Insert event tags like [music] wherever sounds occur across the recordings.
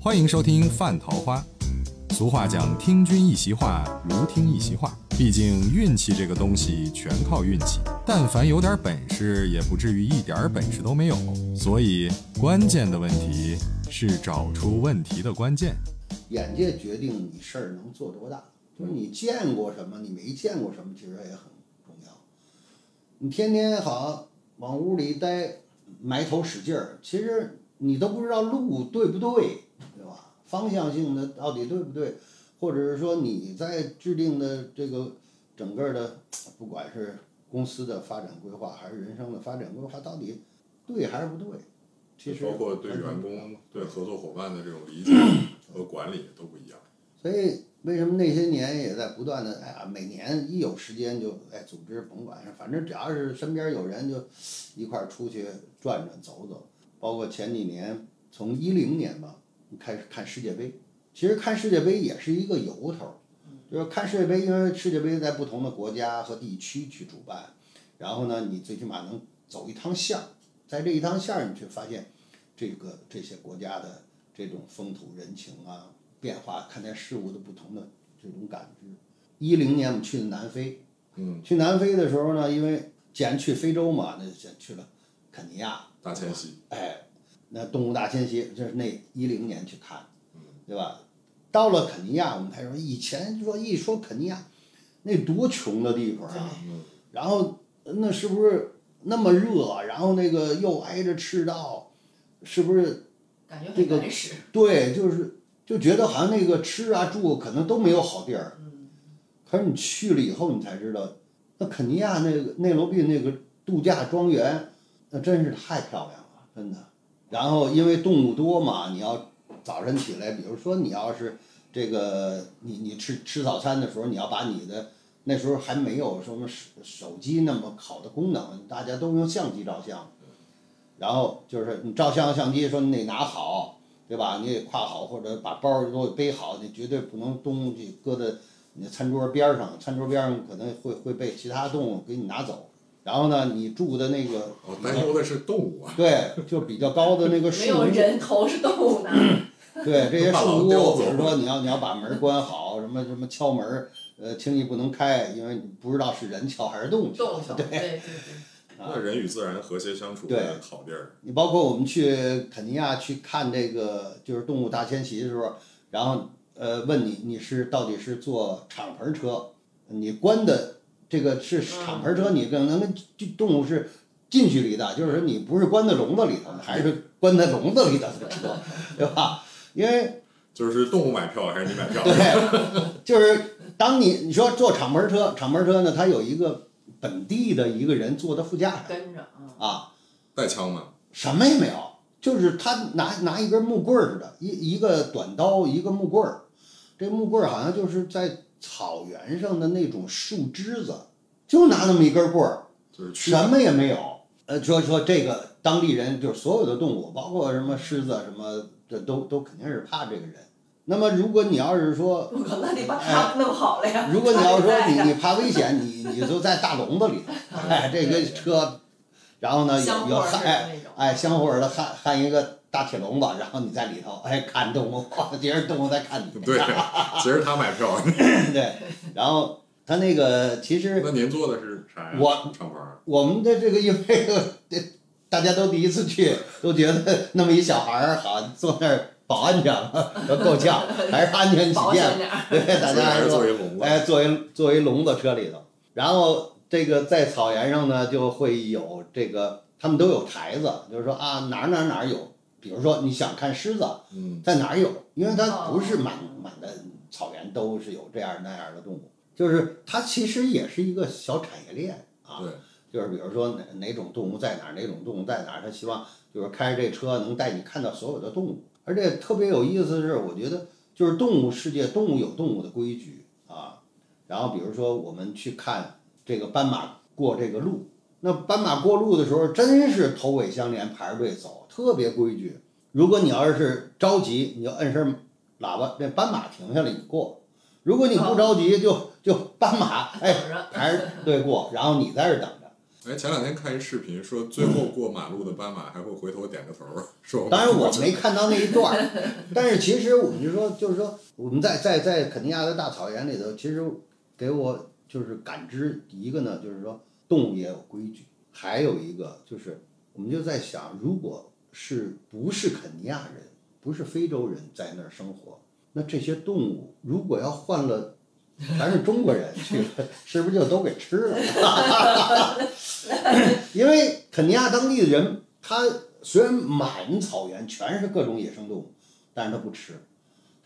欢迎收听《范桃花》。俗话讲“听君一席话，如听一席话”，毕竟运气这个东西全靠运气，但凡有点本事，也不至于一点本事都没有。所以，关键的问题是找出问题的关键。眼界决定你事儿能做多大，就是你见过什么，你没见过什么，其实也很重要。你天天好往屋里待，埋头使劲儿，其实你都不知道路对不对，对吧？方向性的到底对不对，或者是说你在制定的这个整个的，不管是公司的发展规划还是人生的发展规划，到底对还是不对？其实包括对很重员要工、对合作伙伴的这种 [clears throat] 理解和管理都不一样。所以为什么那些年也在不断的，哎呀，每年一有时间就哎组织，甭管是反正只要是身边有人就一块儿出去转转走走。包括前几年，从一零年吧开始看世界杯，其实看世界杯也是一个由头儿，就是看世界杯，因为世界杯在不同的国家和地区去主办，然后呢，你最起码能走一趟线儿，在这一趟线儿，你去发现这个这些国家的这种风土人情啊，变化，看待事物的不同的这种感知。一零年我们去的南非，嗯，去南非的时候呢，因为既然去非洲嘛，那就先去了肯尼亚，大迁徙，哎，那动物大迁徙，这是那一零年去看，对吧？到了肯尼亚，我们才说以前说一说肯尼亚，那多穷的地方啊，然后呃那是不是那么热？啊然后那个又挨着赤道，是不是感觉这很个原始。对，就是就觉得好像那个吃啊住可能都没有好地儿。可是你去了以后，你才知道，那肯尼亚那个内罗毕那个度假庄园，那真是太漂亮了，真的。然后因为动物多嘛，你要早晨起来，比如说你要是这个你你吃吃早餐的时候，你要把你的那时候还没有什么手手机那么好的功能，大家都用相机照相，然后就是你照相相机说你得拿好，对吧？你得挎好或者把包儿都背好，你绝对不能东西搁在你的餐桌边儿上，餐桌边儿上可能会会被其他动物给你拿走。然后呢，你住的那个哦，担忧的是动物啊，对，就比较高的那个没树有屋，人头是 [laughs] 动物呢，对这些怕老树屋，叼走比如说你要你要把门关好，什么什么敲门儿，呃，轻易不能开，因为你不知道是人敲还是动物动敲物。对对，对对，嗯那人与自然和谐相处对的好地儿，你包括我们去肯尼亚去看这个就是动物大迁徙的时候，然后呃问你你是到底是坐敞篷车，你关的这个是敞篷车，你可能跟这动物是近距离的，就是说你不是关在笼子里头，还是关在笼子里头的车，对吧？因为就是动物买票还是你买票？对，就是当你你说坐敞篷车，敞篷车呢，它有一个本地的一个人坐在副驾上跟着啊，啊，带枪吗？什么也没有，就是他拿拿一根木棍儿似的，一一个短刀，一个木棍儿，这木棍儿好像就是在草原上的那种树枝子，就拿那么一根棍儿，就是啊驱什么也没有。呃，说说这个当地人，就是所有的动物，包括什么狮子什么，这都都肯定是怕这个人。那么，如果你要是说我靠，那你把哎他们弄好了呀。如果你要说你 [laughs] 他你得怕危险，你你就在大笼子 [laughs] 里，哎，这个车，然后呢带有香有火似焊的哎那种，哎香火的焊焊一个大铁笼子，然后你在里头哎看动物，别人动物在看你， [laughs] 对，其实他买票， [laughs] 对，然后他那个其实那您做的是啥呀？我敞篷啊，我们的这个因为这大家都第一次去，都觉得那么一小孩儿好坐那儿保安去了，都够呛，还是安全起保见险，点儿，对大所以家还还是说做一笼子。哎，作为作为笼子车里头，然后这个在草原上呢，就会有这个，他们都有台子，就是说啊，哪儿哪儿哪儿有，比如说你想看狮子，嗯，在哪儿有，因为它哦不是满满的草原都是有这样那样的动物，就是它其实也是一个小产业链啊，对，就是比如说哪哪种动物在哪儿，哪种动物在哪儿，他希望就是开着这车能带你看到所有的动物。而且特别有意思的是，我觉得就是动物世界，动物有动物的规矩啊。然后比如说我们去看这个斑马过这个路，那斑马过路的时候真是头尾相连排着队走，特别规矩。如果你要是着急，你就摁声喇叭，这斑马停下来你过；如果你不着急，就就斑马哎等着还是对过，然后你在这儿等着。哎，前两天看一视频说，最后过马路的斑马还会回头点个头儿，说当然我没看到那一段儿，但是其实我们就说，就是说我们在在在肯尼亚的大草原里头，其实给我就是感知一个呢，就是说动物也有规矩，还有一个就是我们就在想，如果是不是肯尼亚人，不是非洲人在那儿生活，那这些动物如果要换了。咱是中国人去了，是不是就都给吃了？ [laughs] 因为肯尼亚当地的人，他虽然满草原全是各种野生动物，但是他不吃，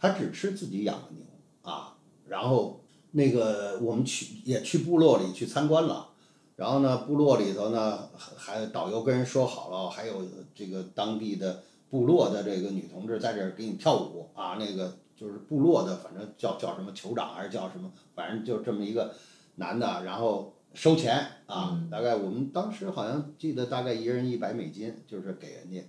他只吃自己养的牛啊。然后那个我们去也去部落里去参观了，然后呢，部落里头呢还还导游跟人说好了，还有这个当地的部落的这个女同志在这儿给你跳舞啊，那个就是部落的，反正叫叫什么酋长还是叫什么，反正就这么一个男的，然后收钱啊，嗯大概我们当时好像记得大概一人一百美金，就是给人家，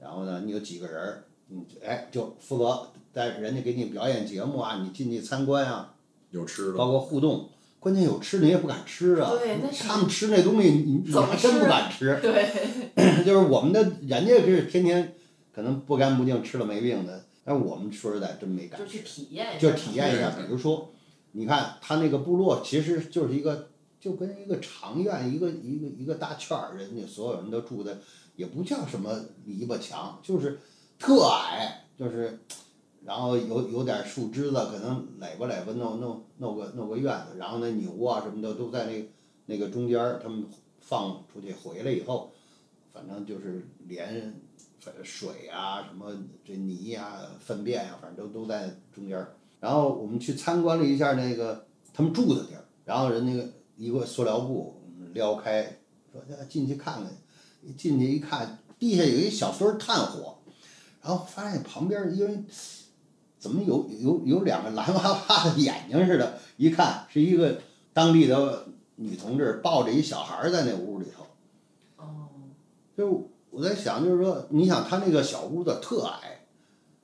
然后呢，你有几个人儿，你哎就负责在人家给你表演节目啊，你进去参观啊， [laughs] 有吃的包括互动，关键有吃的你也不敢吃啊，对那是他们吃那东西你你怎么还真不吃敢 [laughs] 吃，对，就是我们的人家是天天可能不干不净吃了没病的，但是我们说实在真没敢就吃去。体验一下，嗯就体验一下。对对比如说，你看他那个部落其实就是一个，就跟一个长院，一个一个一个大圈儿，人家所有人都住的，也不叫什么篱笆墙，就是特矮，就是，然后有有点树枝子，可能垒吧垒吧弄弄弄个弄个院子，然后那牛啊什么的都在那那个中间儿，他们放出去回来以后，反正就是连。呃水啊，什么这泥呀、粪便呀、反正都都在中间儿然后我们去参观了一下那个他们住的地儿，然后人那个一个塑料布我们撩开，说那进去看看，一进去一看，地下有一小堆儿炭火，然后发现旁边儿因为怎么有有有两个蓝哇哇的眼睛似的，一看是一个当地的女同志抱着一小孩儿在那屋里头，哦，就是我在想，就是说，你想他那个小屋子特矮，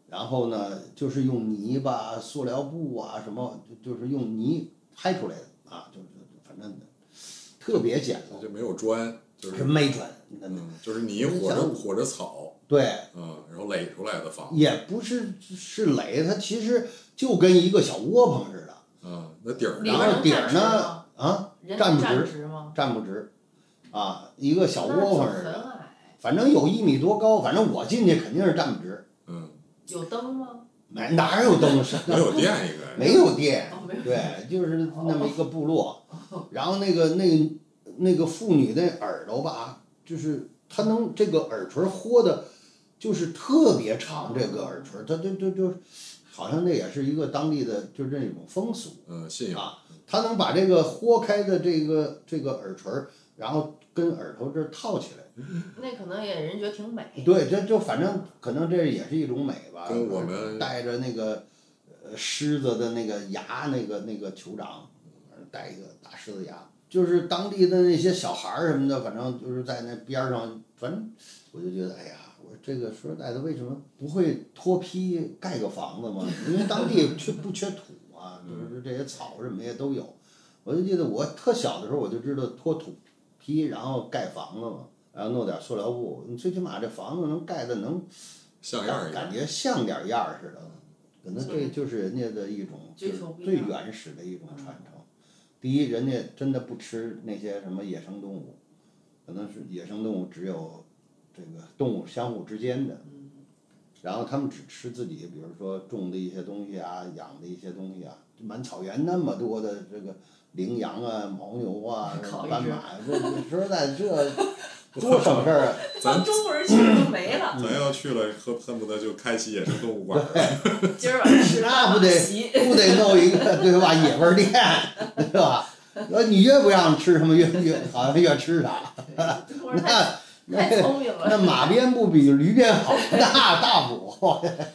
然后呢，就是用泥巴、塑料布啊什么，就就是用泥拍出来的啊，就是反正特别简陋，就没有砖，就是是没准，那嗯，就是泥或者或者草，对，嗯，然后垒出来的房子，也不是是垒，它其实就跟一个小窝棚似的，嗯，那底儿里然边呢？后顶儿呢能站直啊，吗，人站不站直直吗？站不直，啊，一个小那窝就棚似的，很矮，反正有一米多高，反正我进去肯定是站不直，嗯，有灯吗？哪哪有灯是？没有电应该，没有 [laughs] 电哦，没有对，就是那么一个部落，然后那个那个那个妇女的耳朵吧，就是她能这个耳垂豁的，就是特别长，这个耳垂，她就就就，好像那也是一个当地的就是那种风俗，嗯，信仰，啊，他能把这个豁开的这个这个耳垂儿，然后跟耳朵这儿套起来。那可能也人觉得挺美。对，这就反正可能这也是一种美吧。跟我们带着那个呃狮子的那个牙，那个那个酋长，反正带一个大狮子牙。就是当地的那些小孩儿什么的，反正就是在那边儿上，反正我就觉得，哎呀，我这个说实在的，为什么不会脱坯盖个房子嘛？因为当地缺 [laughs] 不缺土啊，嗯就是这些草什么也都有。我就记得我特小的时候，我就知道脱土坯，然后盖房子嘛，然后弄点塑料布，你最起码这房子能盖的能像样儿一感样，觉像点样儿似的。可能这就是人家的一种就追是求不一最样嗯原始的一种传承。第一，人家真的不吃那些什么野生动物，可能是野生动物只有这个动物相互之间的，嗯然后他们只吃自己，比如说种的一些东西啊，养的一些东西啊。满草原那么多的这个羚羊啊、牦牛啊、 [laughs] 烤一斑只马，这说实在 [laughs] 这多省事儿啊！ [laughs] 放中国人去了就没了，咱要去了，恨恨不得就开启野生动物馆儿，今儿晚上是嗯那不得 [laughs] 席不得弄一个对吧？野味儿店，对吧？呃，你越不让吃什么，越越好像越吃啥。中 [laughs] 国人太 [laughs] 那太那聪明那了，马鞭不比驴鞭好，那大补，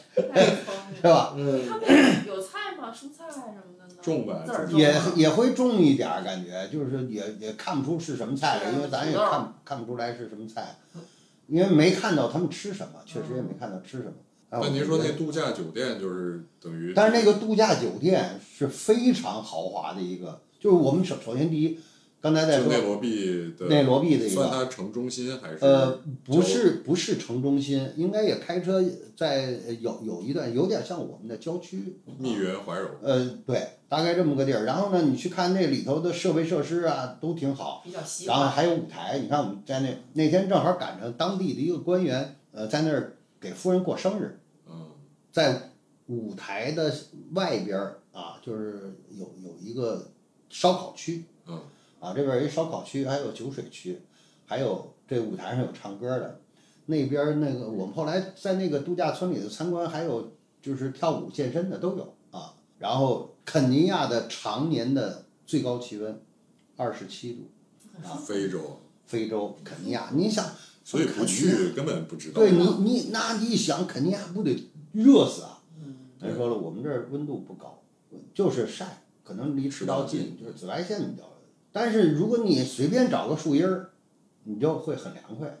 太聪明 [laughs] 是了。吧？嗯他们有菜吗？蔬菜什么的呢？种呗自个儿种也吗也会重一点儿，感觉就是也也看不出是什么菜来，因为咱也看看不出来是什么菜，因为没看到他们吃什么，确实也没看到吃什么。哎那您说我觉那得度假酒店就是等于，但是那个度假酒店是非常豪华的一个，就是我们首首先第一，刚才在就说内罗毕的内罗毕的一算个，它城中心还是？呃，不是不是城中心，应该也开车在呃有有一段有点像我们的郊区，密云怀柔，呃，对，大概这么个地儿。然后呢，你去看那里头的设备设施啊，都挺好。比较习然后惯。还有舞台，你看我们在那那天正好赶上当地的一个官员，呃，在那儿给夫人过生日，嗯，在舞台的外边儿啊，就是有有一个烧烤区，嗯，啊，这边儿有一烧烤区，还有酒水区，还有这舞台上有唱歌的，那边儿那个我们后来在那个度假村里的参观，还有就是跳舞健身的都有啊。然后肯尼亚的常年的最高气温二十七度，啊，非洲，非洲肯尼亚，你想，所以不肯尼去根本不知亚，道。对你你那你一想，肯尼亚不得热死啊？嗯，人说了，我们这儿温度不高，就是晒，可能离赤道近，赤道近就是紫外线比较。但是如果你随便找个树荫儿，你就会很凉快。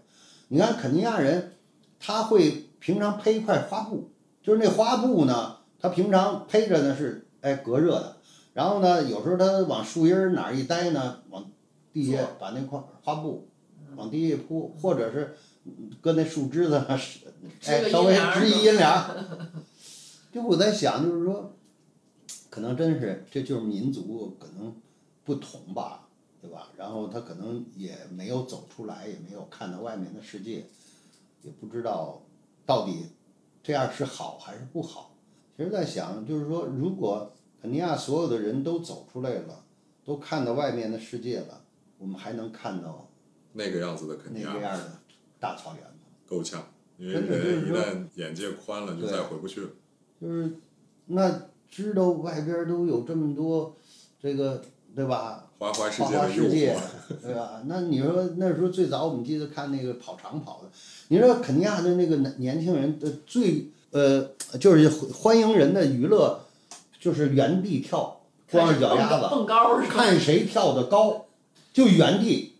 你看肯尼亚人，他会平常披一块花布，就是那花布呢，他平常披着呢是哎隔热的，然后呢有时候他往树荫儿哪儿一待呢，往地下坐嗯把那块花布往地下铺，或者是嗯搁那树枝子上使，支哎个稍微阴凉儿支一阴凉儿。 [laughs] 就我在想，就是说，可能真是这就是民族可能不同吧，对吧？然后他可能也没有走出来，也没有看到外面的世界，也不知道到底这样是好还是不好。其实，在想，就是说，如果肯尼亚所有的人都走出来了，都看到外面的世界了，我们还能看到那个样子的肯那尼个亚样的大草原吗？够呛，因为真的就是人一说旦眼界宽了，就对再回不去了。就是那知道外边儿都有这么多这个对吧？花花世花界花的诱世界 [laughs] 惑，，对吧？那你说那时候最早我们记得看那个跑长跑的，你说肯尼亚的那个年年轻人的最呃就是欢迎人的娱乐，就是原地跳，光着脚丫子，蹦高是吧？ [laughs] 看谁跳得高，就原地，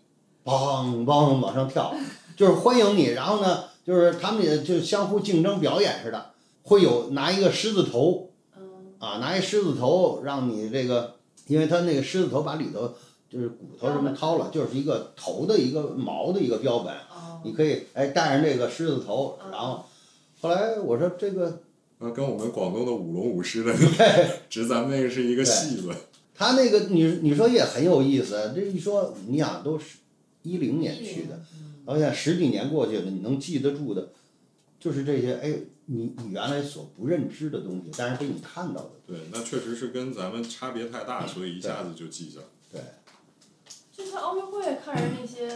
梆梆往上跳，就是欢迎你。然后呢，就是他们也就相互竞争表演似的，会有拿一个狮子头，嗯，啊，拿一狮子头让你这个，因为它那个狮子头把里头就是骨头什么掏了，就是一个头的一个毛的一个标本，哦，你可以哎带上这个狮子头，嗯然后后来我说这个那跟我们广东的舞龙舞狮的，只是咱们那个是一个戏子，他那个你你说也很有意思，这一说你想都是一零年去的，嗯，然后现在十几年过去了，你能记得住的，就是这些哎你你原来所不认知的东西，但是被你看到的，对，那确实是跟咱们差别太大，所以一下子就记下了。对。这次奥运会看着那些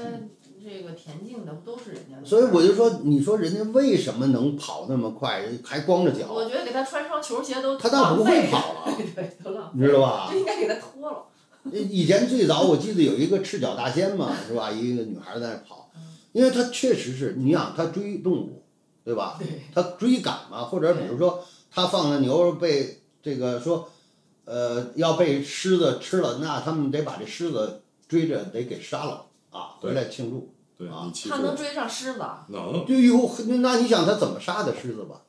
这个田径的，不都是人家的？所以我就说，你说人家为什么能跑那么快，还光着脚？我觉得给他穿双球鞋都他倒不浪费会跑了，对 [laughs] 对，都浪费，你知道吧就？应该给他脱了。以前最早我记得有一个赤脚大仙嘛，是吧？一个女孩在那跑，因为她确实是你想她追动物，对吧？对，她追赶嘛，或者比如说她放的牛被这个说，呃，要被狮子吃了，那他们得把这狮子追着得给杀了啊，回来庆祝。对啊你记他能住，追上狮子啊，能，就有那你想他怎么杀的狮子吧？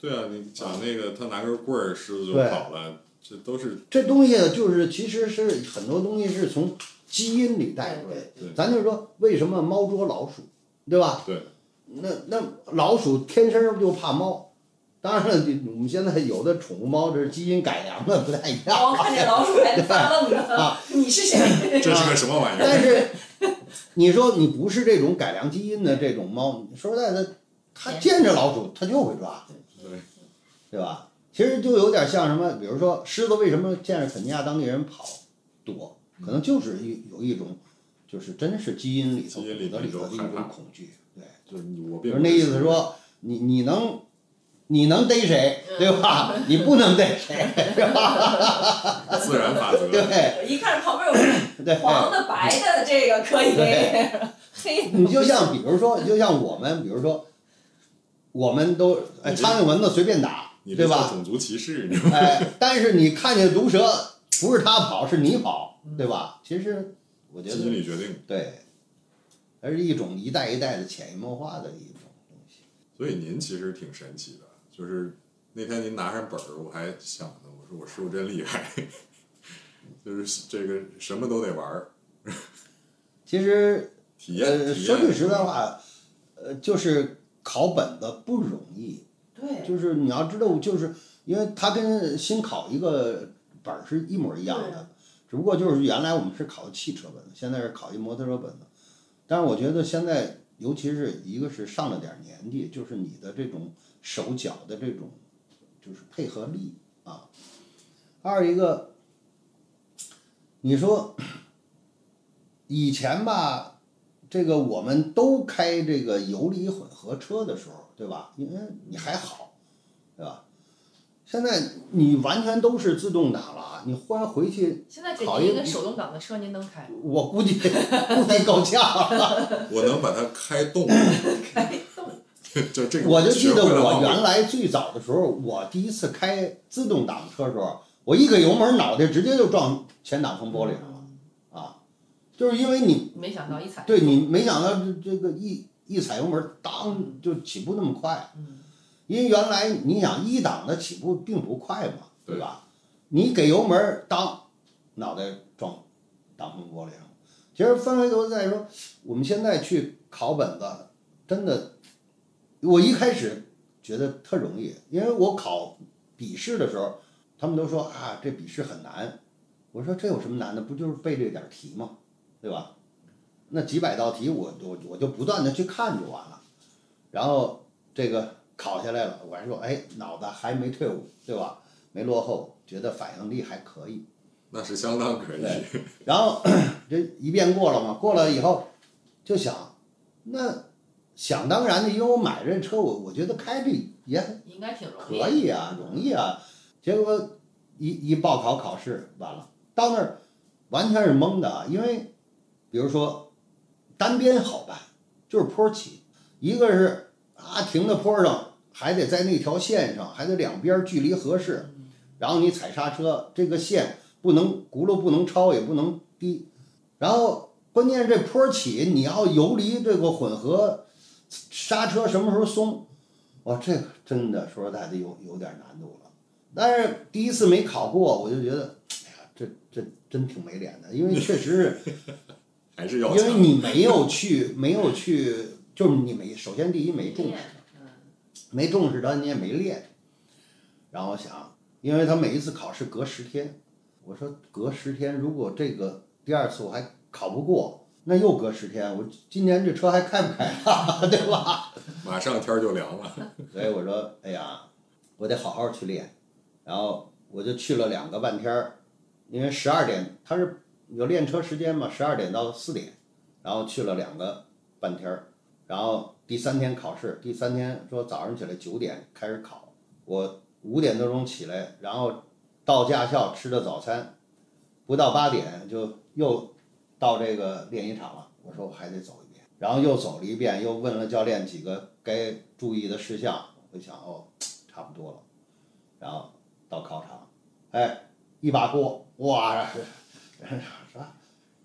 对啊，你讲那个他拿根棍儿，狮子就对跑了，这都是这东西就是其实是很多东西是从基因里带出来的。对对咱就说为什么猫捉老鼠，对吧？对。那那老鼠天生就怕猫，当然了，这我们现在有的宠物猫这是基因改良的不太一样我看见老鼠还发愣啊呢， [laughs] 你是谁？ [laughs] 这是个什么玩意儿？但是你说你不是这种改良基因的这种猫，说实在的，它见着老鼠它就会抓，对对吧？其实就有点像什么，比如说狮子为什么见着肯尼亚当地人跑躲，可能就是一有一种，就是真是基因里头基因里骨子里头的一那种害怕种恐惧，对。 [laughs] 就是就我并是不那是意思说，你你能，你能逮谁，嗯对吧？你不能逮谁，自然法则，对一看旁边有个对。黄的、白的，这个可以，对 [laughs] 黑的。你就像比如说，就像我们，比如说，我们都哎苍蝇蚊子随便打，你对这叫吧？种族歧视，你知道吗？哎，但是你看见毒蛇，不是它跑，是你跑，嗯对吧？其实我觉基因得里决定的。对，而是一种一代一代的潜移默化的一种东西。所以您其实挺神奇的，就是那天您拿上本儿，我还 [laughs] 想呢，我说我师傅真厉害，就是这个什么都得玩儿，其实体验体呃，验。说句实在话，呃，就是考本子不容易，对，就是你要知道，就是因为它跟新考一个本儿是一模一样的，只不过就是原来我们是考汽车本子，现在是考一摩托车本子。但是我觉得现在，尤其是一个是上了点儿年纪，就是你的这种手脚的这种就是配合力啊。二一个，你说以前吧，这个我们都开这个油离混合车的时候，对吧？因为你还好，对吧？现在你完全都是自动挡了啊，你忽然回去，现在给考您一一个手动挡的车，您能开？我估计估计够呛。我能把它开动， [laughs] 开动， [laughs] 就这个我就记学得会了我往原来最早的时候，我第一次开自动挡车的时候，我一个油门，脑袋直接就撞前挡风玻璃上了啊！就是因为你没想到一踩，对你没想到这这个一一踩油门，当就起步那么快。嗯，因为原来你想一档的起步并不快嘛，对对吧？你给油门儿当，脑袋撞挡风玻璃上。其实翻回头再说，我们现在去考本子，真的，我一开始觉得特容易，因为我考笔试的时候，他们都说啊这笔试很难，我说这有什么难的？不就是背这点儿题吗？对吧？那几百道题我，我我就不断的去看就完了，然后这个考下来了，我还说，哎，脑子还没退伍，对吧？没落后，觉得反应力还可以。那是相当可以。对然后 [clears throat] 这一遍过了嘛，过了以后就想，那想当然的，因为我买这车，我我觉得开这也应该挺容易。可以啊，容易啊。结果一一报考考试完了，到那儿完全是懵的，啊因为比如说单边好办，就是坡起，一个是啊停在坡上，还得在那条线上，还得两边距离合适，嗯然后你踩刹车，这个线不能轱辘不能超，也不能低，然后关键是这坡起你要游离这个混合，刹车什么时候松，哇，这个真的说实在的有有点难度了。但是第一次没考过，我就觉得，哎呀，这这真挺没脸的，因为确实是还是要因强为你没有去没有去，就是你没首先第一没重视练，嗯，没重视它，你也没练。然后我想，因为他每一次考试隔十天，我说隔十天，如果这个第二次我还考不过，那又隔十天，我今年这车还开不开了，对吧？马上天儿就凉了， [laughs] 所以我说，哎呀，我得好好去练。然后我就去了两个半天儿，因为十二点他是有练车时间嘛，十二点到四点，然后去了两个半天儿。然后第三天考试，第三天说早上起来九点开始考，我五点多钟起来，然后到驾校吃的早餐，不到八点就又到这个练习场了。我说我还得走一遍，然后又走了一遍，又问了教练几个该注意的事项。我一想哦，差不多了，然后到考场，哎，一把过，哇，啥？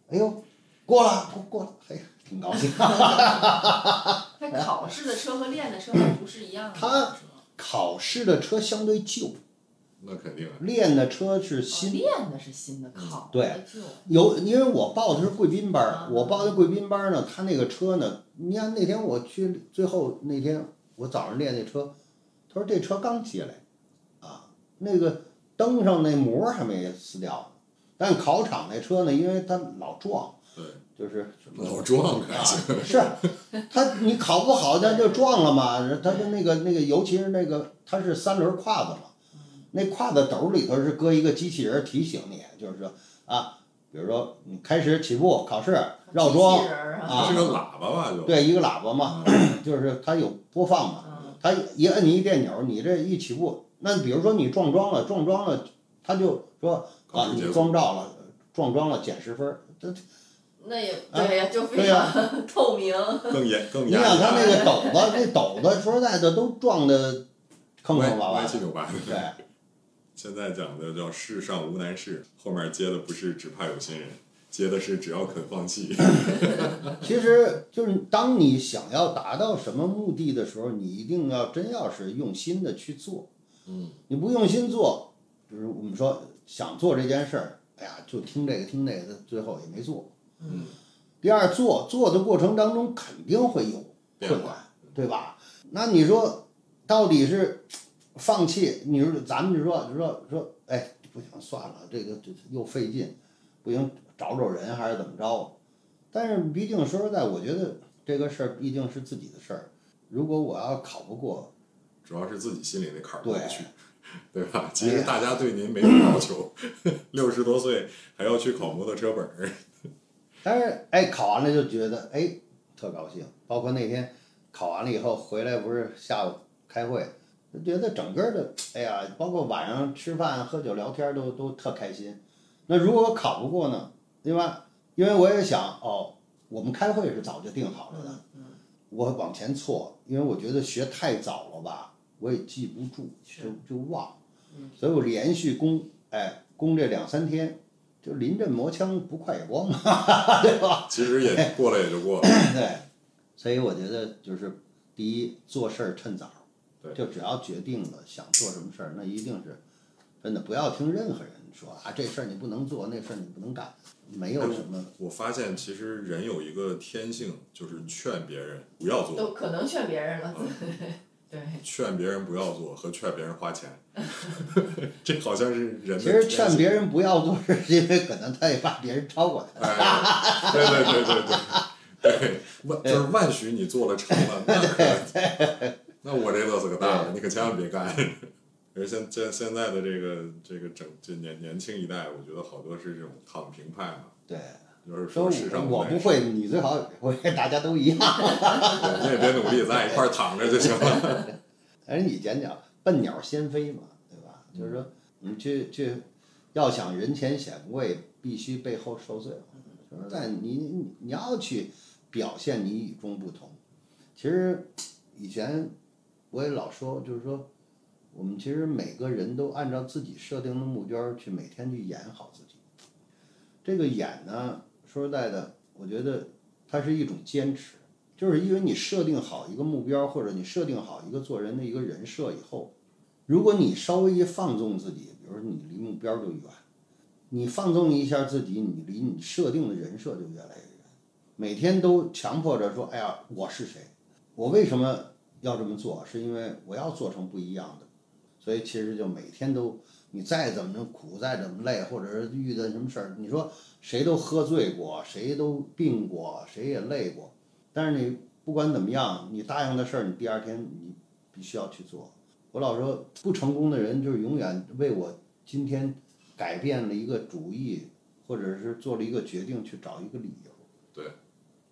哎呦，过了，过过了，哎呀，挺高兴。 [laughs] 他考试的车和练的车 [clears throat] 还不是一样的。哎他考试的车相对旧，那肯定啊。练的车是哦新。嗯练的是新的，考哎的对就有，因为我报的是贵宾班啊儿，我报的贵宾班儿呢，他那个车呢，你看那天我去，最后那天我早上练那车，他说这车刚接来，啊，那个灯上那膜还没撕掉呢，但考场那车呢，因为它老撞，对，就是什么老撞感啊觉。，是，他你考不好，他就撞了嘛。他的那个那个，尤其是那个，它是三轮胯子嘛，那胯子斗里头是搁一个机器人提醒你，就是说啊，比如说你开始起步考试绕机桩器，人儿它啊是个喇叭吧？就对，一个喇叭嘛，啊 [clears throat] 就是它有播放嘛。嗯他一摁你一电钮，你这一起步，那比如说你撞桩了，撞桩了，他就说考啊试结你果撞照了，撞桩了减十分儿。这那也啊对呀，就非对呀常透明。更严更你严。想他那个斗子，那斗子说实在的都撞的坑歪坑洼歪洼七的。扭八的。对， [laughs] 现在讲的叫世上无难事，后面接的不是只怕有心人，接的是只要肯 [laughs] 放弃。其实就是当你想要达到什么目的的时候，你一定要真要是用心的去做。嗯，你不用心做，就是我们说想做这件事儿，哎呀，就听这个听那个，最后也没做。嗯第二，做做的过程当中肯定会有困变难化，对吧？那你说到底是放弃？你说咱们就说就说说，哎，不行，算了，这个这又费劲，不行，找找人还是怎么着？但是毕竟说实在，我觉得这个事儿毕竟是自己的事儿。如果我要考不过，主要是自己心里那坎儿过不对哎去，对吧？其实大家对您没什么要求， [laughs] 六十多岁还要去考摩托车本儿，但是哎，考完了就觉得哎特高兴，包括那天考完了以后回来，不是下午开会，就觉得整个的哎呀，包括晚上吃饭、喝酒、聊天都都特开心。那如果我考不过呢，对吧？因为我也想哦，我们开会是早就定好了的，嗯，我往前错，因为我觉得学太早了吧，我也记不住，是就就忘嗯，所以我连续攻，哎，攻这两三天，就临阵磨枪，不快也光嘛，对吧？其实也过了也就过了。 [laughs] 对， [laughs] 所以我觉得就是第一，做事儿趁早，对就只要决定了想做什么事儿，那一定是真的，不要听任何人说啊，这事儿你不能做，那事儿你不能干，没有什么我发现其实人有一个天性，就是劝别人不要做，都可能劝别人了，嗯 [laughs] 对，劝别人不要做和劝别人花钱， [laughs] 这好像是人的其实天性劝别人不要做，是因为可能他也怕别人超过他。哎，对对对对对。对，万就是万许你做了成了，那可那我这乐子可大了，你可千万别干。 [laughs] 而现现现在的这个这个整这年年轻一代，我觉得好多是这种躺平派嘛，对，就是说说时尚我男不会，你最好也不会， [laughs] 大家都一样。对你也别努力，咱俩一块儿躺着就行了。 [laughs] 但是你讲讲，笨鸟先飞嘛，对吧？就是说，你去去，要想人前显贵，必须背后受罪。嗯就是但你你你要去表现你与众不同。其实以前我也老说，就是说，我们其实每个人都按照自己设定的目标儿去每天去演好自己。这个演呢，说实在的，我觉得它是一种坚持。就是因为你设定好一个目标，或者你设定好一个做人的一个人设以后，如果你稍微一放纵自己，比如说你离目标就远，你放纵一下自己，你离你设定的人设就越来越远。每天都强迫着说：“哎呀，我是谁？我为什么要这么做？是因为我要做成不一样的。”所以其实就每天都，你再怎么苦，再怎么累，或者是遇到什么事儿，你说谁都喝醉过，谁都病过，谁也累过。但是你不管怎么样，你答应的事儿，你第二天你必须要去做。我老说，不成功的人就是永远为我今天改变了一个主意，或者是做了一个决定去找一个理由。对。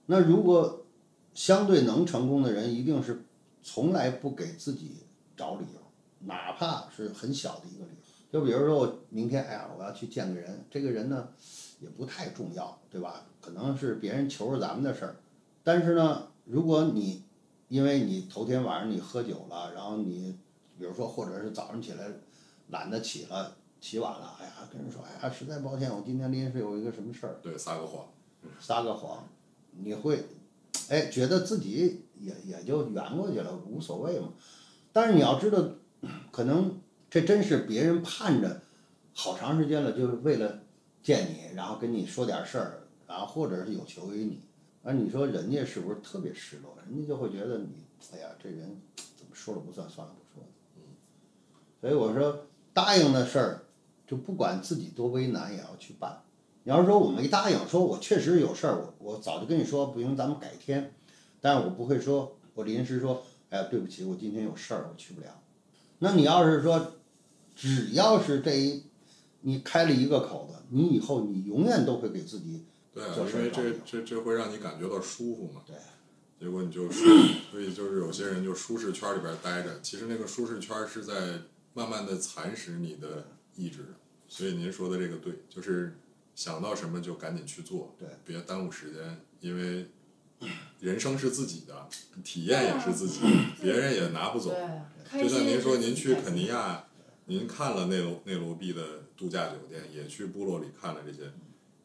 那如果相对能成功的人，一定是从来不给自己找理由，哪怕是很小的一个理由。就比如说，我明天哎呀，我要去见个人，这个人呢也不太重要，对吧？可能是别人求着咱们的事儿。但是呢，如果你因为你头天晚上你喝酒了，然后你比如说或者是早上起来懒得起了，起晚了，哎呀，跟人说，哎呀，实在抱歉，我今天临时有一个什么事儿，对，撒个谎，撒个谎，你会，哎，觉得自己也也就圆过去了，无所谓嘛。但是你要知道，可能这真是别人盼着好长时间了，就是为了见你，然后跟你说点事儿，然后或者是有求于你。而你说人家是不是特别失落？人家就会觉得你，哎呀，这人怎么说了不算，算了不说。嗯所以我说，答应的事儿，就不管自己多为难，也要去办。你要是说我没答应，说我确实有事儿，我我早就跟你说，不行，咱们改天。但是我不会说，我临时说，哎呀，对不起，我今天有事儿，我去不了。那你要是说，只要是这一，你开了一个口子，你以后你永远都会给自己对啊，做事因儿为找理这由这这会让你感觉到舒服嘛。对。结果你就舒，所以就是有些人就舒适圈里边待着，其实那个舒适圈是在慢慢的蚕食你的意志。所以您说的这个对，就是想到什么就赶紧去做，对，别耽误时间，因为人生是自己的，体验也是自己的，啊别人也拿不走。对，开就心。像您说，您去肯尼亚，您看了内罗内罗毕的度假酒店，也去部落里看了这些。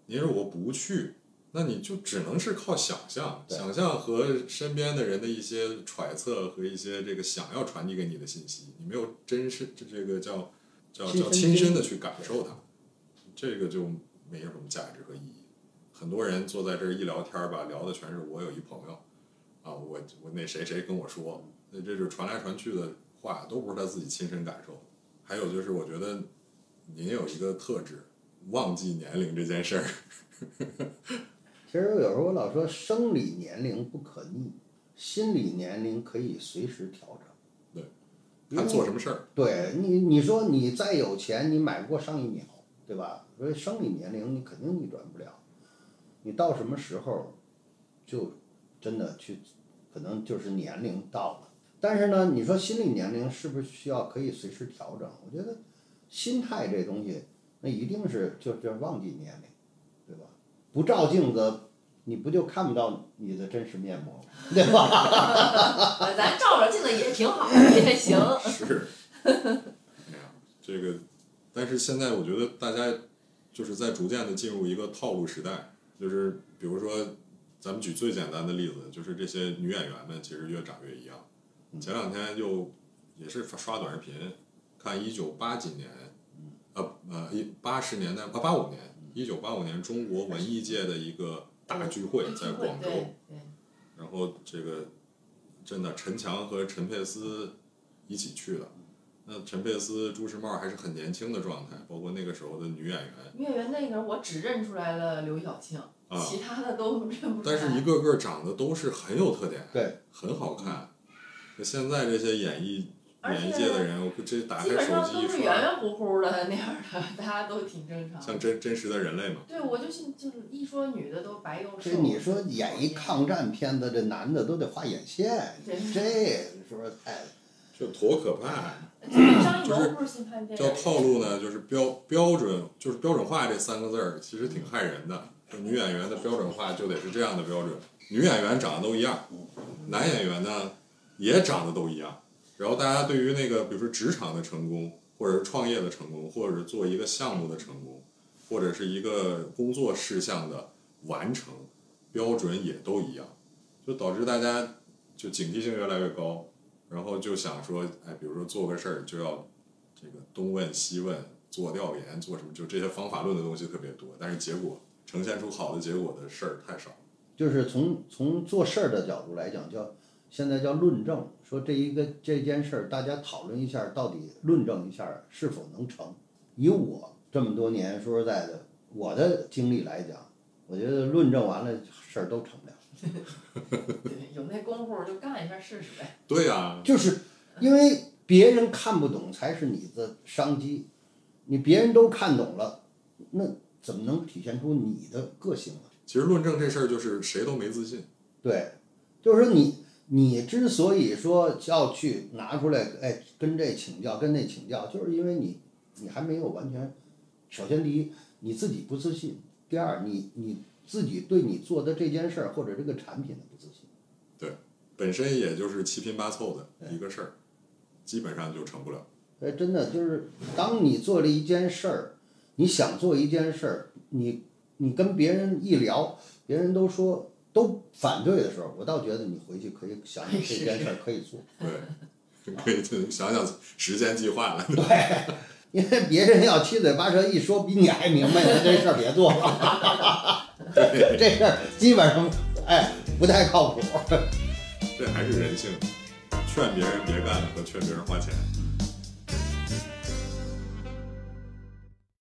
您说我不去，那你就只能是靠想象，对想象和身边的人的一些揣测和一些这个想要传递给你的信息，你没有真是这这个叫叫亲身叫亲身经的历去感受它，这个就没有什么价值和意义。很多人坐在这儿一聊天儿吧，聊的全是我有一朋友，啊，我我那谁谁跟我说，那这就是传来传去的话，都不是他自己亲身感受。还有就是，我觉得您有一个特质，忘记年龄这件事儿。其实有时候我老说，生理年龄不可逆，心理年龄可以随时调整。他做什么事儿？对你，你说你再有钱，你买不过上一秒，对吧？所以生理年龄你肯定逆转不了，你到什么时候，就真的去，可能就是年龄到了。但是呢，你说心理年龄是不是需要可以随时调整？我觉得心态这东西，那一定是就就忘记年龄，对吧？不照镜子，你不就看不到你的真实面目吗？对吧？啊咱照照镜子也挺 [laughs] 好，也行。是，哎呀，这个，但是现在我觉得大家就是在逐渐的进入一个套路时代，就是比如说，咱们举最简单的例子，就是这些女演员们其实越长越一样。前两天又也是刷短视频，看一九八几年，呃呃一八十年代八八五年，一九八五年中国文艺界的一个大聚会在广州。对对，然后这个真的陈强和陈佩斯一起去的。那陈佩斯、朱时茂还是很年轻的状态，包括那个时候的女演员月圆那个我只认出来了刘晓庆，啊，其他的都认不出来。但是一个个长得都是很有特点，对，很好看。那现在这些演艺而且演艺界的人，我这打基开本上手机都一是圆刷，圆乎乎 [laughs] 的那样的，大家都挺正常。像真真实的人类嘛，对，我就信，就是一说女的都白又瘦。这你说演一抗战片子，这男的都得画眼线，对这是不是太？就多可怕！啊就是张艺就是谋不是新拍电影？叫套路呢，就是标标准，就是标准化这三个字儿，其实挺害人的。就女演员的标准化就得是这样的标准，女演员长得都一样，男演员呢也长得都一样。然后大家对于那个，比如说职场的成功，或者是创业的成功，或者是做一个项目的成功，或者是一个工作事项的完成，标准也都一样，就导致大家就警惕性越来越高，然后就想说，哎，比如说做个事儿就要这个东问西问，做调研，做什么，就这些方法论的东西特别多，但是结果呈现出好的结果的事儿太少。就是从从做事儿的角度来讲，叫现在叫论证，说这一个这件事儿，大家讨论一下，到底论证一下是否能成。以我这么多年说实在的，我的经历来讲，我觉得论证完了事儿都成不了，对，有那功夫就干一下试试呗。对啊呀、就是因为别人看不懂才是你的商机，你别人都看懂了，那怎么能体现出你的个性呢？其实论证这事儿就是谁都没自信，对，就是说你你之所以说要去拿出来，哎，跟这请教，跟那请教，就是因为你你还没有完全，首先第一你自己不自信，第二你你自己对你做的这件事儿或者这个产品的不自信。本身也就是七拼八凑的对一个事儿，基本上就成不了。哎，真的就是当你做了一件事儿，你想做一件事儿，你你跟别人一聊，别人都说都反对的时候，我倒觉得你回去可以想想这件事儿可以做。对，可以就想想时间计划了。 [laughs] 因为别人要七嘴八舌一说比你还明白呢，这事儿别做了， [laughs] 对，这事儿基本上哎不太靠谱。这还是人性，劝别人别干和劝别人花钱。